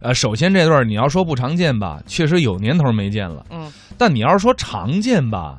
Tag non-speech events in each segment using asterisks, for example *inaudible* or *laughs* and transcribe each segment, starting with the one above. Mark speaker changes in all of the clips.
Speaker 1: 呃，首先这段你要说不常见吧，确实有年头没见了。
Speaker 2: 嗯，
Speaker 1: 但你要是说常见吧，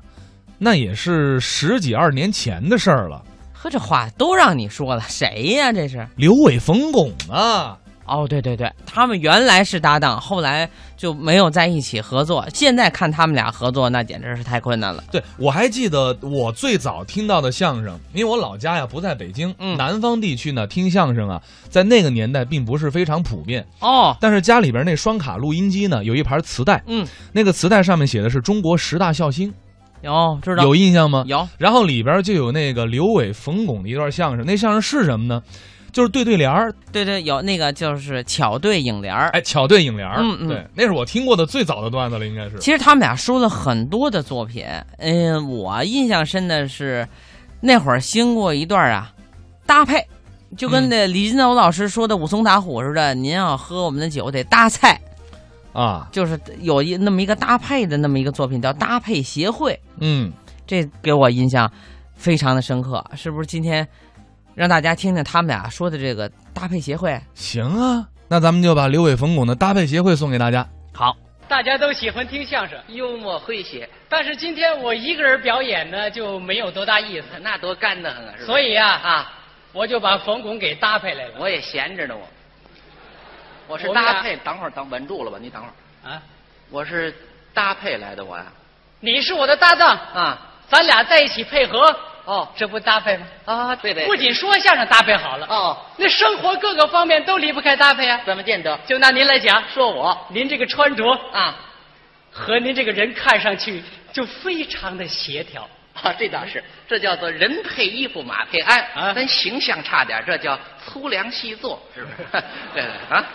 Speaker 1: 那也是十几二年前的事儿了。
Speaker 2: 呵，这话都让你说了，谁呀？这是？
Speaker 1: 刘伟、冯巩啊，
Speaker 2: 哦，对对对，他们原来是搭档，后来就没有在一起合作。现在看他们俩合作，那简直是太困难了。
Speaker 1: 对我还记得我最早听到的相声，因为我老家呀不在北京，
Speaker 2: 嗯
Speaker 1: 南方地区呢听相声啊，在那个年代并不是非常普遍。
Speaker 2: 哦，
Speaker 1: 但是家里边那双卡录音机呢，有一盘磁带，
Speaker 2: 嗯，
Speaker 1: 那个磁带上面写的是中国十大笑星，
Speaker 2: 有知道
Speaker 1: 有印象吗？
Speaker 2: 有
Speaker 1: 然后里边就有那个刘伟、冯巩的一段相声，那相声是什么呢？就是对对联儿，
Speaker 2: 对对有那个就是巧对影联儿。
Speaker 1: 哎，巧对影联儿，
Speaker 2: 嗯嗯
Speaker 1: 对，那是我听过的最早的段子了，应该是。
Speaker 2: 其实他们俩说了很多的作品，嗯、我印象深的是那会儿兴过一段啊搭配，就跟
Speaker 1: 嗯
Speaker 2: 那李金斗老师说的武松打虎似的，您要喝我们的酒得搭菜，
Speaker 1: 啊，
Speaker 2: 就是有一那么一个搭配的那么一个作品叫搭配协会，
Speaker 1: 嗯，
Speaker 2: 这给我印象非常的深刻，是不是？今天让大家听听他们俩说的这个搭配协会，
Speaker 1: 行啊，那咱们就把刘伟、冯巩的搭配协会送给大家。
Speaker 2: 好，
Speaker 3: 大家都喜欢听相声，
Speaker 4: 幽默诙谐，
Speaker 3: 但是今天我一个人表演呢，就没有多大意思。
Speaker 4: 那多干得很啊！是吧
Speaker 3: 所以呀、啊，
Speaker 4: 啊，
Speaker 3: 我就把冯巩给搭配来了。
Speaker 4: 我也闲着呢，我我是
Speaker 3: 我们俩
Speaker 4: 搭配，等会儿等稳住了吧，你等会儿，
Speaker 3: 啊，
Speaker 4: 我是搭配来的，我呀
Speaker 3: 你是我的搭档，
Speaker 4: 啊
Speaker 3: 咱俩在一起配合，
Speaker 4: 哦
Speaker 3: 这不搭配吗？
Speaker 4: 啊，对对，
Speaker 3: 不仅说相声搭配好了，
Speaker 4: 哦，
Speaker 3: 那生活各个方面都离不开搭配啊。
Speaker 4: 怎么见得
Speaker 3: 就拿您来讲，
Speaker 4: 说我
Speaker 3: 您这个穿着
Speaker 4: 啊
Speaker 3: 和您这个人看上去就非常的协调。
Speaker 4: 啊，这倒是，这叫做人配衣服马配鞍
Speaker 3: 啊
Speaker 4: 咱形象差点，这叫粗粮细作，是不是？
Speaker 3: *laughs*
Speaker 4: 对对啊，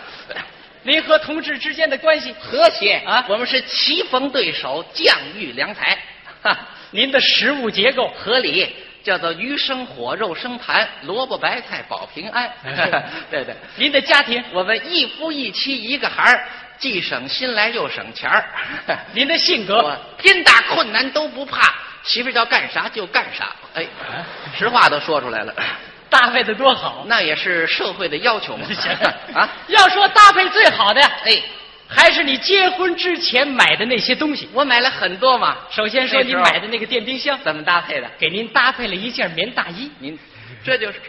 Speaker 3: 您和同志之间的关系，
Speaker 4: 和谐
Speaker 3: 啊
Speaker 4: 我们是棋逢对手，将遇良才，哈。
Speaker 3: 您的食物结构，
Speaker 4: 合理，叫做鱼生火，肉生盘，萝卜白菜保平安。对对，
Speaker 3: 哎您的家庭，
Speaker 4: 我们一夫一妻一个孩儿，既省心来又省钱儿。
Speaker 3: 您的性格，
Speaker 4: 我天大困难都不怕，媳妇儿要干啥就干啥。哎，实话都说出来了，
Speaker 3: 搭配的多好。
Speaker 4: 那也是社会的
Speaker 3: *laughs*
Speaker 4: 要 *laughs* 求嘛。啊，
Speaker 3: 要说搭配最好的，
Speaker 4: 哎，
Speaker 3: 还是你结婚之前买的那些东西。
Speaker 4: 我买了很多嘛。
Speaker 3: 首先说
Speaker 4: 那
Speaker 3: 你
Speaker 4: 时候
Speaker 3: 买的那个电冰箱，
Speaker 4: 怎么搭配的？
Speaker 3: 给您搭配了一件棉大衣
Speaker 4: 您，这就是，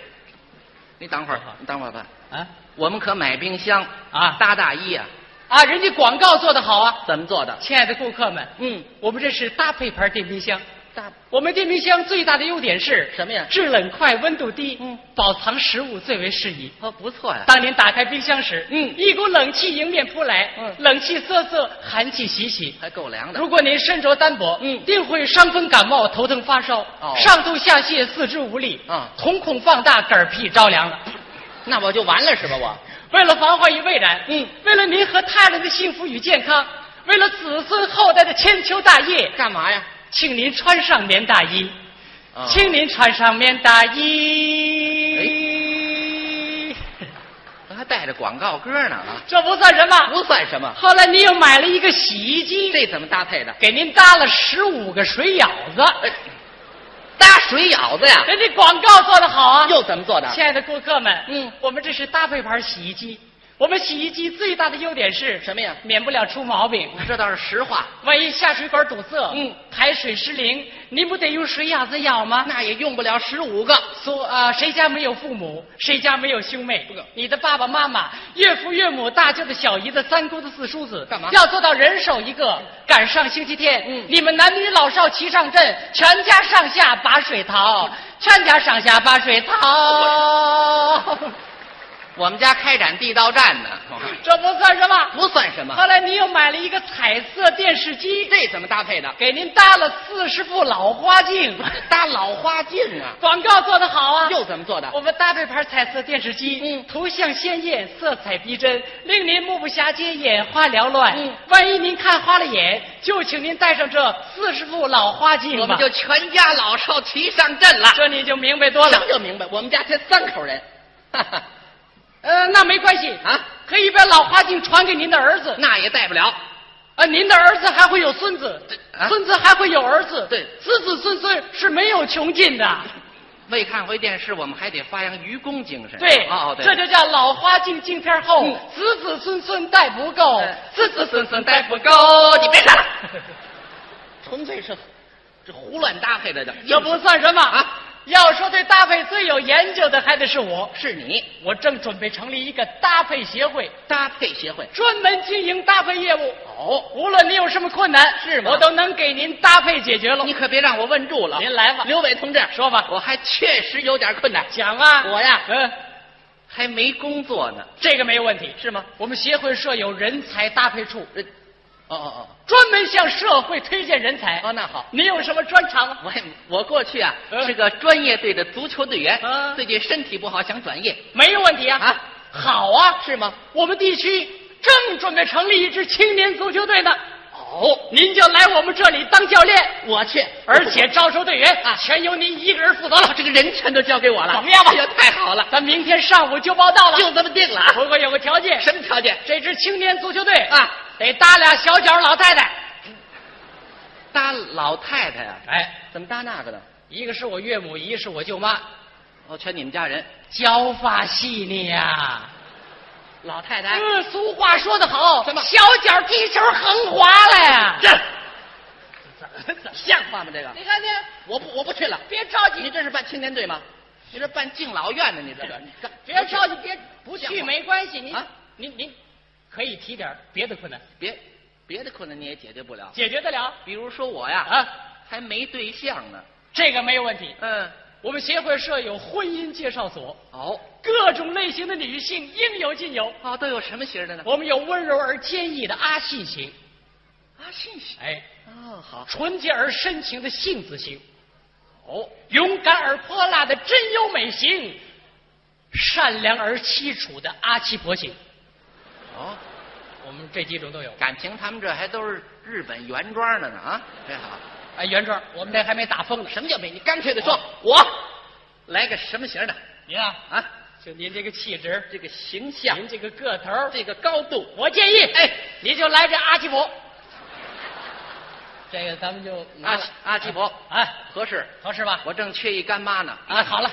Speaker 4: 你等会儿，你等会儿吧。
Speaker 3: 啊
Speaker 4: 我们可买冰箱
Speaker 3: 啊
Speaker 4: 搭大衣啊，
Speaker 3: 啊！人家广告做得好啊！
Speaker 4: 怎么做的？
Speaker 3: 亲爱的顾客们，
Speaker 4: 嗯，
Speaker 3: 我们这是搭配牌电冰箱。
Speaker 4: 大
Speaker 3: 我们电冰箱最大的优点是
Speaker 4: 什么呀
Speaker 3: 制冷快，温度低，
Speaker 4: 嗯，
Speaker 3: 保藏食物最为适宜。
Speaker 4: 哦不错呀、
Speaker 3: 当您打开冰箱时，
Speaker 4: 嗯
Speaker 3: 一股冷气迎面扑来，
Speaker 4: 嗯
Speaker 3: 冷气瑟瑟，寒气袭袭。
Speaker 4: 还够凉的。
Speaker 3: 如果您身着单薄，
Speaker 4: 嗯
Speaker 3: 定会伤风感冒、头疼发烧，
Speaker 4: 哦
Speaker 3: 上吐下泻、四肢无力，
Speaker 4: 啊
Speaker 3: 瞳孔放大、嗝屁着凉了。
Speaker 4: 那我就完了是吧？我
Speaker 3: 为了防患于未然，
Speaker 4: 嗯，
Speaker 3: 为了您和他人的幸福与健康，为了子孙后代的千秋大业，
Speaker 4: 干嘛呀？
Speaker 3: 请您穿上棉大衣，
Speaker 4: 啊
Speaker 3: 请您穿上棉大衣。
Speaker 4: 哎还带着广告歌呢啊！
Speaker 3: 这不算什么。
Speaker 4: 不算什么，
Speaker 3: 后来您又买了一个洗衣机，
Speaker 4: 这怎么搭配的？
Speaker 3: 给您搭了十五个水舀子。
Speaker 4: 哎搭水舀子呀？
Speaker 3: 人家广告做得好啊！
Speaker 4: 又怎么做的？
Speaker 3: 亲爱的顾客们，
Speaker 4: 嗯
Speaker 3: 我们这是搭配牌洗衣机。我们洗衣机最大的优点是
Speaker 4: 什么呀
Speaker 3: 免不了出毛病，
Speaker 4: 这倒是实话，
Speaker 3: 万一下水管堵塞，
Speaker 4: 嗯，
Speaker 3: 排水失灵，您不得用水舀子舀吗？
Speaker 4: 那也用不了十五个。
Speaker 3: 所啊、谁家没有父母？谁家没有兄妹？你的爸爸妈妈、岳父岳母、大舅的小姨子、三姑的四叔子，
Speaker 4: 干嘛
Speaker 3: 要做到人手一个，赶上星期天，
Speaker 4: 嗯
Speaker 3: 你们男女老少齐上阵，全家上下把水
Speaker 4: 嗯
Speaker 3: 淘，全家上下把水淘，
Speaker 4: 我们家开展地道战呢，
Speaker 3: 这不算什么。
Speaker 4: 不算什么。
Speaker 3: 后来你又买了一个彩色电视机，
Speaker 4: 这怎么搭配的？
Speaker 3: 给您搭了四十副老花
Speaker 4: *laughs*
Speaker 3: 镜，
Speaker 4: 搭老花镜啊？
Speaker 3: 广告做得好啊！
Speaker 4: 又怎么做的？
Speaker 3: 我们搭配牌彩色电视机，
Speaker 4: 嗯
Speaker 3: 图像鲜艳，色彩逼真，令您目不暇接，眼花缭乱。
Speaker 4: 嗯
Speaker 3: 万一您看花了眼，就请您戴上这四十副老花镜吧。
Speaker 4: 我们就全家老少齐上阵了。
Speaker 3: 这你就明白多了
Speaker 4: 这。就明白，我们家才三口人。哈哈，
Speaker 3: 呃，那没关系
Speaker 4: 啊，
Speaker 3: 可以把老花镜传给您的儿子。
Speaker 4: 那也带不了。
Speaker 3: 啊，您的儿子还会有孙子，
Speaker 4: 啊
Speaker 3: 孙子还会有儿子，
Speaker 4: 对
Speaker 3: 子子孙孙是没有穷尽的。
Speaker 4: 为看回电视，我们还得发扬愚公精神。
Speaker 3: 对，
Speaker 4: 哦，对，
Speaker 3: 这就叫老花镜镜片厚，
Speaker 4: 嗯
Speaker 3: 子子孙孙带不够
Speaker 4: 哎，
Speaker 3: 子子孙孙带不够。
Speaker 4: 你别看了，纯粹是这胡乱搭配来的，
Speaker 3: 这不算什么
Speaker 4: 啊
Speaker 3: 啊！要说对搭配最有研究的，还得是我。
Speaker 4: 是你
Speaker 3: 我正准备成立一个搭配协会，
Speaker 4: 搭配协会。
Speaker 3: 专门经营搭配业务。
Speaker 4: 哦，
Speaker 3: 无论您有什么困难，
Speaker 4: 是吗
Speaker 3: 我都能给您搭配解决了。
Speaker 4: 你可别让我问住了。
Speaker 3: 哦您来吧
Speaker 4: 刘伟同志，
Speaker 3: 说吧
Speaker 4: 我还确实有点困难，
Speaker 3: 讲啊，
Speaker 4: 我呀
Speaker 3: 嗯，
Speaker 4: 还没工作呢。
Speaker 3: 这个没问题，
Speaker 4: 是吗？
Speaker 3: 我们协会设有人才搭配处，
Speaker 4: 呃哦哦
Speaker 3: 专门向社会推荐人才。
Speaker 4: 哦，哦，那好。
Speaker 3: 您有什么专长啊吗？
Speaker 4: 我也我过去啊、
Speaker 3: 嗯
Speaker 4: 是个专业队的足球队员，
Speaker 3: 嗯
Speaker 4: 最近身体不好，想转业
Speaker 3: 没有问题啊。
Speaker 4: 啊，
Speaker 3: 好啊，
Speaker 4: 是吗？
Speaker 3: 我们地区正准备成立一支青年足球队呢，
Speaker 4: 哦，
Speaker 3: 您就来我们这里当教练，
Speaker 4: 我去，
Speaker 3: 而且招收队员
Speaker 4: 啊
Speaker 3: 全由您一个人负责
Speaker 4: 得了，
Speaker 3: 了。
Speaker 4: 这个人全都交给我了，
Speaker 3: 怎么样吧
Speaker 4: 哎呦，太好了，
Speaker 3: 咱明天上午就报到了，
Speaker 4: 就这么定了啊！
Speaker 3: 不过有个条件，
Speaker 4: 什么条件？
Speaker 3: 这支青年足球队
Speaker 4: 啊，
Speaker 3: 得搭俩小脚老太太。
Speaker 4: 搭老太太呀、
Speaker 3: 哎，
Speaker 4: 怎么搭那个呢？
Speaker 3: 一个是我岳母，一个是我舅妈，
Speaker 4: 哦，全你们家人，
Speaker 3: 脚法细腻呀、
Speaker 4: 老太太，
Speaker 3: 嗯，俗话说得好，
Speaker 4: 哎什么
Speaker 3: 小脚踢球横滑了呀？
Speaker 4: 这像话吗？这个，
Speaker 3: 你看见？
Speaker 4: 我不我不去了。
Speaker 3: 别着急
Speaker 4: 你，这是办青年队吗？你这办敬老院呢？你这个，你这
Speaker 3: 别着急，别不
Speaker 4: 像
Speaker 3: 去
Speaker 4: 话
Speaker 3: 没关系，您
Speaker 4: 啊
Speaker 3: 您您可以提点别的困难，
Speaker 4: 别别的困难你也解决不了，
Speaker 3: 解决得了
Speaker 4: 比如说我呀，
Speaker 3: 啊？
Speaker 4: 还没对象呢。
Speaker 3: 这个没有问题。
Speaker 4: 嗯，
Speaker 3: 我们协会设有婚姻介绍所，
Speaker 4: 哦
Speaker 3: 各种类型的女性应有尽有。
Speaker 4: 哦，都有什么型的呢？
Speaker 3: 我们有温柔而坚毅的阿信型，
Speaker 4: 啊，信息。
Speaker 3: 哎，
Speaker 4: 哦，好。
Speaker 3: 纯洁而深情的杏子型，
Speaker 4: 哦，
Speaker 3: 勇敢而泼辣的真优美型，善良而凄楚的阿七婆型。
Speaker 4: 哦，
Speaker 3: 我们这几种都有。
Speaker 4: 感情他们这还都是日本原装的呢啊，这好。
Speaker 3: 哎，袁壮，我们这还没打风呢。
Speaker 4: 什么叫美？你干脆的说，
Speaker 3: 哦
Speaker 4: 我来个什么型的
Speaker 3: 您啊，
Speaker 4: 啊？
Speaker 3: 就您这个气质，
Speaker 4: 这个形象，
Speaker 3: 您这个个头儿，
Speaker 4: 这个高度，
Speaker 3: 我建议，
Speaker 4: 哎，
Speaker 3: 你就来这阿基伯。这个咱们就拿
Speaker 4: 阿
Speaker 3: 了
Speaker 4: 阿基伯
Speaker 3: 哎，
Speaker 4: 合适。
Speaker 3: 合适吧？
Speaker 4: 我正缺一干妈呢。
Speaker 3: 啊，好了，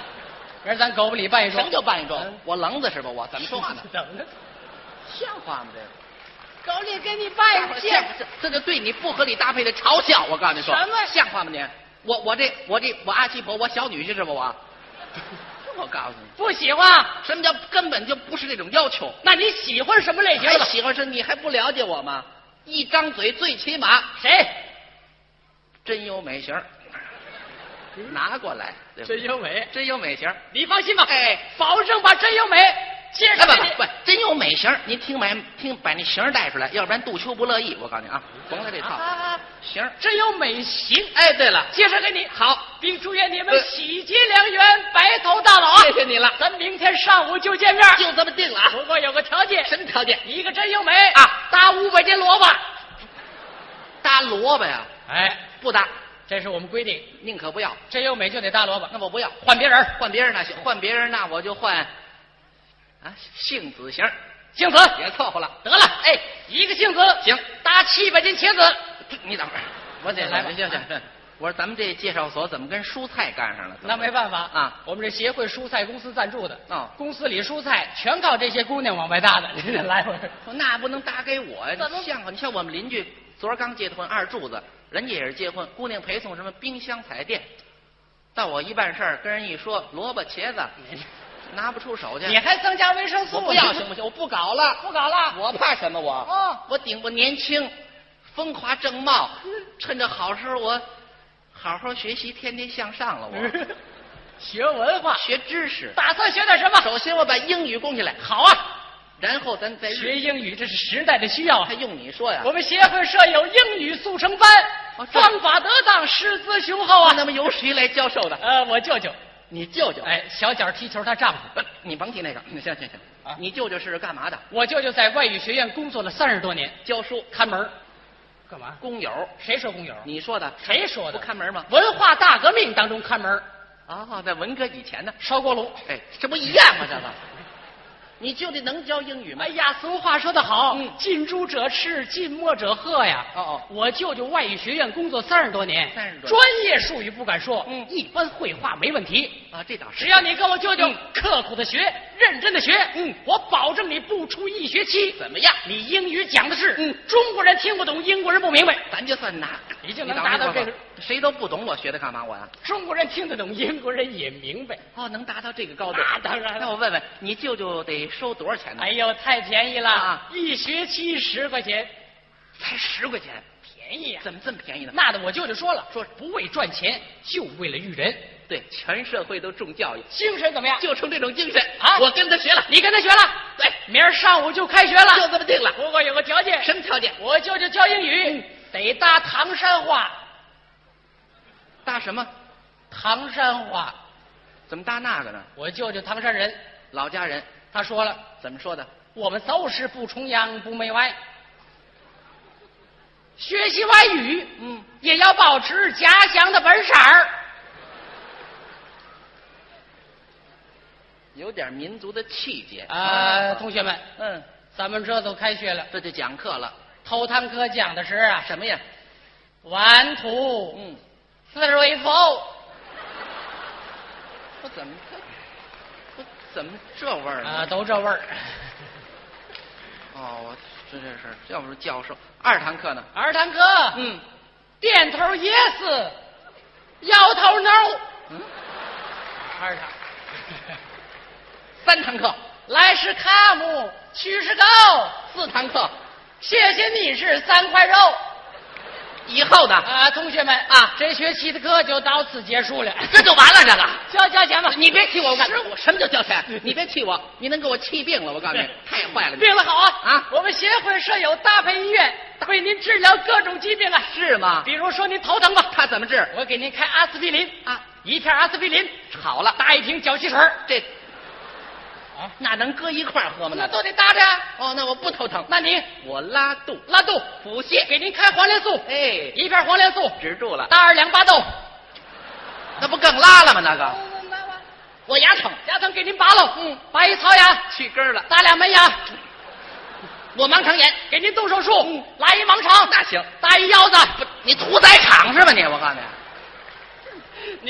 Speaker 3: 明儿咱狗不理办一
Speaker 4: 什
Speaker 3: 桌
Speaker 4: 么。叫办一桌
Speaker 3: 嗯？？
Speaker 4: 我棱子是吧？我怎么说话呢
Speaker 3: *laughs* 等着，
Speaker 4: *laughs* 像话吗？这个。
Speaker 3: 狗理给你办一
Speaker 4: 像
Speaker 3: 件，
Speaker 4: 这这就对你不合理搭配的嘲笑。我告诉你说，
Speaker 3: 什么
Speaker 4: 像话吗你？我我这我这我阿七婆，我小女婿是吧？我，这 *laughs* 我告诉你，
Speaker 3: 不喜欢？
Speaker 4: 什么叫根本就不是这种要求？
Speaker 3: 那你喜欢什么类型
Speaker 4: 还
Speaker 3: 的？
Speaker 4: 哎喜欢是你还不了解我吗？一张嘴最起码
Speaker 3: 谁？
Speaker 4: 真优美型儿，拿过来，对吧
Speaker 3: 真优美，
Speaker 4: 真优美型儿。
Speaker 3: 你放心吧，
Speaker 4: 哎，
Speaker 3: 保证把真优美介
Speaker 4: 哎
Speaker 3: 绍
Speaker 4: 不
Speaker 3: 给
Speaker 4: 不
Speaker 3: 你。
Speaker 4: 不，真优美型儿，您听把听把那型儿带出来，要不然杜秋不乐意。我告诉你啊，甭来这套
Speaker 3: 啊，
Speaker 4: 型儿。
Speaker 3: 真优美型，
Speaker 4: 哎，对了，
Speaker 3: 介绍给你。
Speaker 4: 好，
Speaker 3: 并祝愿你们
Speaker 4: 呃
Speaker 3: 喜结良缘，白头到老。啊
Speaker 4: 谢谢你了，
Speaker 3: 咱明天上午就见面。
Speaker 4: 就这么定了啊。
Speaker 3: 不过有个条件，
Speaker 4: 什么条件？
Speaker 3: 一个真优美
Speaker 4: 啊，
Speaker 3: 搭五百斤萝卜。
Speaker 4: 搭萝卜呀？
Speaker 3: 哎，
Speaker 4: 不搭，
Speaker 3: 这是我们规定，
Speaker 4: 宁可不要。
Speaker 3: 真优美就得搭萝卜，
Speaker 4: 那我不要，
Speaker 3: 换别人儿。
Speaker 4: 换别人那行，换别人那我就换啊，杏子型儿
Speaker 3: 杏子
Speaker 4: 也凑合了。
Speaker 3: 得了，哎，一个杏子
Speaker 4: 行，
Speaker 3: 搭七百斤茄子。
Speaker 4: 你等会儿，我得
Speaker 3: 来
Speaker 4: 来
Speaker 3: 吧
Speaker 4: 吧。行行行，我说咱们这介绍所怎么跟蔬菜干上了？
Speaker 3: 那没办法
Speaker 4: 啊，
Speaker 3: 我们这协会蔬菜公司赞助的，
Speaker 4: 哦
Speaker 3: 公司里蔬菜全靠这些姑娘往外搭
Speaker 4: 啊
Speaker 3: 的。你得来回儿。
Speaker 4: 法，那不能搭给我呀！
Speaker 3: 怎么
Speaker 4: 你像话？你像我们邻居昨儿刚结的婚，二柱子，人家也是结婚，姑娘陪送什么冰箱彩电，到我一办事儿，跟人一说萝卜茄子，拿不出手去。
Speaker 3: 你还增加维生素？
Speaker 4: 我不要行不行？我不搞了，
Speaker 3: 不搞了。
Speaker 4: 我怕什么我？
Speaker 3: 哦 *laughs*
Speaker 4: 我顶我年轻，风华正茂，趁着好时候我好好学习，天天向上了我。
Speaker 3: *laughs* 学文化，
Speaker 4: 学知识，
Speaker 3: 打算学点什么？
Speaker 4: 首先我把英语供起来，
Speaker 3: 好啊，
Speaker 4: 然后咱再
Speaker 3: 学英语这是时代的需要啊
Speaker 4: 还。用你哎说呀
Speaker 3: 我？们协会设有英语速成班
Speaker 4: 哦，这哦
Speaker 3: 方法得当，师资雄厚啊。
Speaker 4: 那么由谁来教授的？
Speaker 3: 呃，我舅舅，
Speaker 4: 你舅舅。，
Speaker 3: 哎，小脚踢球，她丈夫。
Speaker 4: *laughs* 不，你甭提那个。行行行
Speaker 3: 啊，
Speaker 4: 你舅舅是干嘛的？
Speaker 3: 我舅舅在外语学院工作了三十多年，
Speaker 4: 教书，
Speaker 3: 看门儿干嘛？
Speaker 4: 工友。
Speaker 3: 谁说工友？
Speaker 4: 你说的？
Speaker 3: 谁说的？
Speaker 4: 不看门吗？
Speaker 3: 文化大革命当中看门儿
Speaker 4: 啊，在文革以前呢。
Speaker 3: 烧锅炉，
Speaker 4: 哎，这不一样吗？这个 *laughs* 你就得能教英语吗
Speaker 3: 哎？呀，俗话说得好，
Speaker 4: 嗯
Speaker 3: 近朱者赤，近墨者黑呀。
Speaker 4: 哦哦
Speaker 3: 我舅舅外语学院工作三十多年，
Speaker 4: 30多年
Speaker 3: 专业术语不敢说，
Speaker 4: 嗯
Speaker 3: 一般绘画没问题。
Speaker 4: 啊，这倒是。
Speaker 3: 只要你跟我舅舅
Speaker 4: 嗯
Speaker 3: 刻苦的学，认真的学，
Speaker 4: 嗯
Speaker 3: 我保证你不出一学期。
Speaker 4: 怎么样
Speaker 3: 你英语讲的是，
Speaker 4: 嗯
Speaker 3: 中国人听不懂，英国人不明白；
Speaker 4: 咱就算拿，
Speaker 3: 你就能
Speaker 4: 等会
Speaker 3: 达
Speaker 4: 儿
Speaker 3: 到这个，
Speaker 4: 等会儿谁都不懂我学的干嘛我啊呀？
Speaker 3: 中国人听得懂，英国人也明白。
Speaker 4: 哦，能达到这个高度，
Speaker 3: 那当然了
Speaker 4: 那我问问，你舅舅得收多少钱呢？
Speaker 3: 哎，呦，太便宜了，
Speaker 4: 啊
Speaker 3: 一学期十块钱，
Speaker 4: 才十块钱，
Speaker 3: 便宜啊！
Speaker 4: 怎么这么便宜呢？
Speaker 3: 那的我舅舅说了，说不为赚钱，就为了育人，
Speaker 4: 对，全社会都重教育，
Speaker 3: 精神怎么样？
Speaker 4: 就冲这种精神
Speaker 3: 啊
Speaker 4: 我跟他学了，
Speaker 3: 你跟他学了，哎
Speaker 4: 对
Speaker 3: 明儿上午就开学了，
Speaker 4: 就这么定了。
Speaker 3: 不过有个条件，
Speaker 4: 什么条件？嗯
Speaker 3: 我舅舅教英语、得搭唐山话，
Speaker 4: 搭什么？
Speaker 3: 唐山话。
Speaker 4: 怎么搭那个呢？
Speaker 3: 我舅舅唐山人，
Speaker 4: 老家人
Speaker 3: 他说了，
Speaker 4: 怎么说的？
Speaker 3: 我们都是不崇洋不媚外，学习外语，
Speaker 4: 嗯，
Speaker 3: 也要保持家乡的本色儿。
Speaker 4: 有点民族的气节
Speaker 3: 呃，同
Speaker 4: 啊学，
Speaker 3: 学们，
Speaker 4: 嗯，
Speaker 3: 咱们这都开学了，
Speaker 4: 这就讲课了。
Speaker 3: 头堂科讲的是啊，
Speaker 4: 什么呀？
Speaker 3: 玩土
Speaker 4: 嗯，
Speaker 3: 思维否？
Speaker 4: 我怎么这，我怎么这味儿呢？
Speaker 3: 啊，都这味儿。
Speaker 4: 哦，我这这是，要不是教授，二堂课呢？
Speaker 3: 二堂哥，
Speaker 4: 嗯
Speaker 3: 点头 yes，摇头 no。
Speaker 4: 嗯，
Speaker 3: 二堂，
Speaker 4: 三堂课，
Speaker 3: 来是卡姆，去是狗。
Speaker 4: 四堂课，
Speaker 3: 谢谢你是三块肉
Speaker 4: 以后的
Speaker 3: 啊，同学们啊，这学期的课就到此结束了。
Speaker 4: 这就完了。这个，
Speaker 3: 交交钱吧，
Speaker 4: 你别气我，我告诉
Speaker 3: 十
Speaker 4: 你，我什么叫交钱？你别气我，你能给我气病了。我告诉你，太坏了，你
Speaker 3: 病了好啊
Speaker 4: 啊
Speaker 3: 我们协会设有搭配医院，为您治疗各种疾病啊。
Speaker 4: 是吗？
Speaker 3: 比如说您头疼吧，
Speaker 4: 他怎么治？
Speaker 3: 我给您开阿司匹林
Speaker 4: 啊，
Speaker 3: 一片阿司匹林，
Speaker 4: 好了，
Speaker 3: 搭一瓶脚气水儿
Speaker 4: 这
Speaker 3: 啊，
Speaker 4: 那能搁一块儿喝吗？
Speaker 3: 那都得搭着啊。
Speaker 4: 哦，那我不头疼，
Speaker 3: 那你
Speaker 4: 我拉肚，
Speaker 3: 拉肚，
Speaker 4: 腹泻，
Speaker 3: 给您开黄连素，
Speaker 4: 哎，
Speaker 3: 一片黄连素，
Speaker 4: 止住了，
Speaker 3: 搭二两巴豆，
Speaker 4: 那不更拉了吗？那个，我牙疼，
Speaker 3: 牙疼给您拔了，嗯，拔一槽牙，
Speaker 4: 去根儿了，
Speaker 3: 搭俩门牙，
Speaker 4: 我盲肠炎，
Speaker 3: 给您动手术，拉一盲肠，
Speaker 4: 嗯那行。
Speaker 3: 搭一腰子，
Speaker 4: 不，你屠宰场是吧你？我告诉你，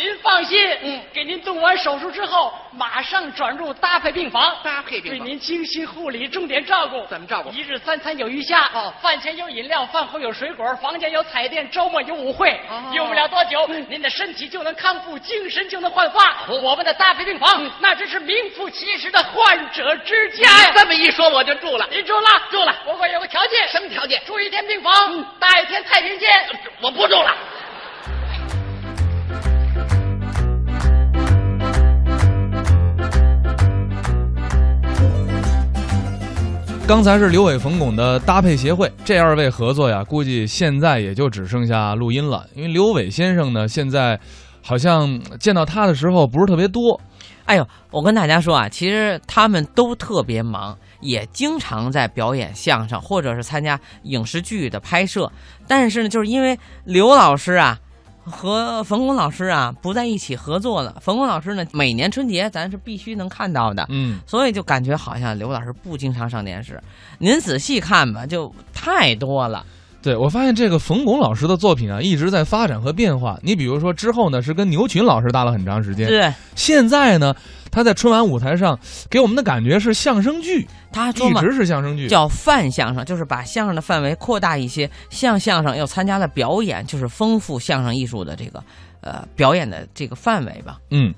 Speaker 3: 您放心，
Speaker 4: 嗯
Speaker 3: 给您动完手术之后，马上转入搭配病房，
Speaker 4: 搭配病
Speaker 3: 对
Speaker 4: 房
Speaker 3: 您精心护理，重点照顾。
Speaker 4: 怎么照顾
Speaker 3: 一日三餐有鱼虾，
Speaker 4: 哦
Speaker 3: 饭前有饮料，饭后有水果，房间有彩电，周末有舞会。
Speaker 4: 哦
Speaker 3: 用不了多久，您的身体就能康复，精神就能焕发。
Speaker 4: 哦
Speaker 3: 我们的搭配病房，
Speaker 4: 嗯
Speaker 3: 那真是名副其实的患者之家呀！
Speaker 4: 这么一说我就嗯住了。
Speaker 3: 您住了，住了。不过有个条件，
Speaker 4: 什么条件？嗯呃
Speaker 3: 住一天病房，搭一天太平间。
Speaker 4: 我不住了。
Speaker 1: 刚才是刘伟、冯巩的搭配协会，这二位合作呀，估计现在也就只剩下录音了。因为刘伟先生呢，现在好像见到他的时候不是特别多。
Speaker 2: 哎呦，我跟大家说啊，其实他们都特别忙，也经常在表演相声或者是参加影视剧的拍摄。但是呢，就是因为刘老师啊和冯巩老师啊不在一起合作了，冯巩老师呢每年春节咱是必须能看到的。
Speaker 1: 嗯，
Speaker 2: 所以就感觉好像刘老师不经常上电视，您仔细看吧，就太多了。
Speaker 1: 对我发现这个冯巩老师的作品啊，一直在发展和变化。你比如说之后呢，是跟牛群老师搭了很长时间，
Speaker 2: 对，
Speaker 1: 现在呢，他在春晚舞台上给我们的感觉是相声剧，
Speaker 2: 他还说
Speaker 1: 一
Speaker 2: 嘛，
Speaker 1: 直是相声剧。
Speaker 2: 叫泛相声，就是把相声的范围扩大一些，像相声又参加了表演，就是丰富相声艺术的这个呃表演的这个范围吧。
Speaker 1: 嗯，